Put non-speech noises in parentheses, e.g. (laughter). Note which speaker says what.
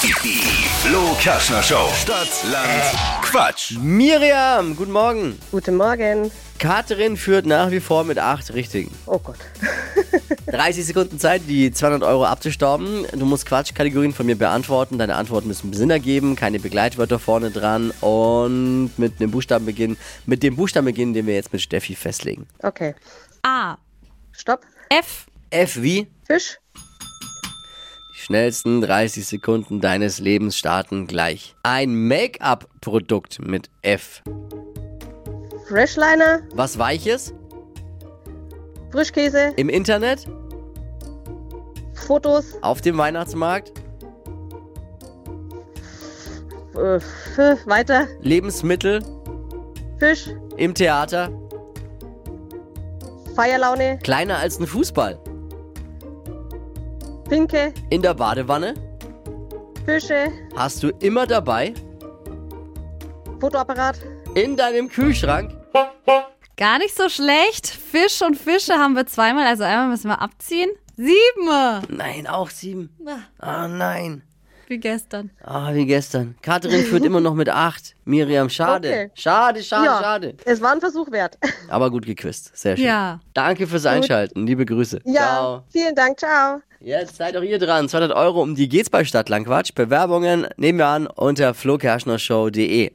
Speaker 1: Die Flo Kaschner Show. Stadt, Land, Quatsch.
Speaker 2: Miriam, guten Morgen.
Speaker 3: Guten Morgen.
Speaker 2: Katrin führt nach wie vor mit acht Richtigen.
Speaker 3: Oh Gott. (laughs)
Speaker 2: 30 Sekunden Zeit, die 200 Euro abzustauben. Du musst Quatschkategorien von mir beantworten. Deine Antworten müssen Sinn ergeben, keine Begleitwörter vorne dran und mit einem Buchstaben beginnen. Mit dem Buchstaben beginnen, den wir jetzt mit Steffi festlegen.
Speaker 3: Okay.
Speaker 4: A.
Speaker 3: Stopp.
Speaker 4: F.
Speaker 2: F wie?
Speaker 3: Fisch.
Speaker 2: Die schnellsten 30 Sekunden deines Lebens starten gleich. Ein Make-up-Produkt mit F.
Speaker 3: Freshliner.
Speaker 2: Was Weiches?
Speaker 3: Frischkäse.
Speaker 2: Im Internet?
Speaker 3: Fotos.
Speaker 2: Auf dem Weihnachtsmarkt?
Speaker 3: Äh, (laughs) f- weiter.
Speaker 2: Lebensmittel?
Speaker 3: Fisch.
Speaker 2: Im Theater?
Speaker 3: Feierlaune.
Speaker 2: Kleiner als ein Fußball.
Speaker 3: Pinke.
Speaker 2: In der Badewanne
Speaker 3: Fische.
Speaker 2: hast du immer dabei.
Speaker 3: Fotoapparat.
Speaker 2: In deinem Kühlschrank.
Speaker 4: Gar nicht so schlecht. Fisch und Fische haben wir zweimal, also einmal müssen wir abziehen. Sieben.
Speaker 2: Nein, auch sieben.
Speaker 4: Na,
Speaker 2: Ah, nein.
Speaker 4: Wie gestern.
Speaker 2: Ah, wie gestern. Katrin führt immer noch mit acht. Miriam, schade.
Speaker 3: Okay.
Speaker 2: Schade, schade,
Speaker 3: ja,
Speaker 2: schade.
Speaker 3: es war ein Versuch wert. (laughs)
Speaker 2: Aber gut gequist. Sehr schön.
Speaker 4: Ja.
Speaker 2: Danke fürs Einschalten. Liebe Grüße. Ciao.
Speaker 3: Ja, vielen Dank. Ciao.
Speaker 2: Jetzt seid auch ihr dran. 200 Euro, um die geht's bei Stadtlandquatsch. Bewerbungen nehmen wir an unter flokerschnershow.de.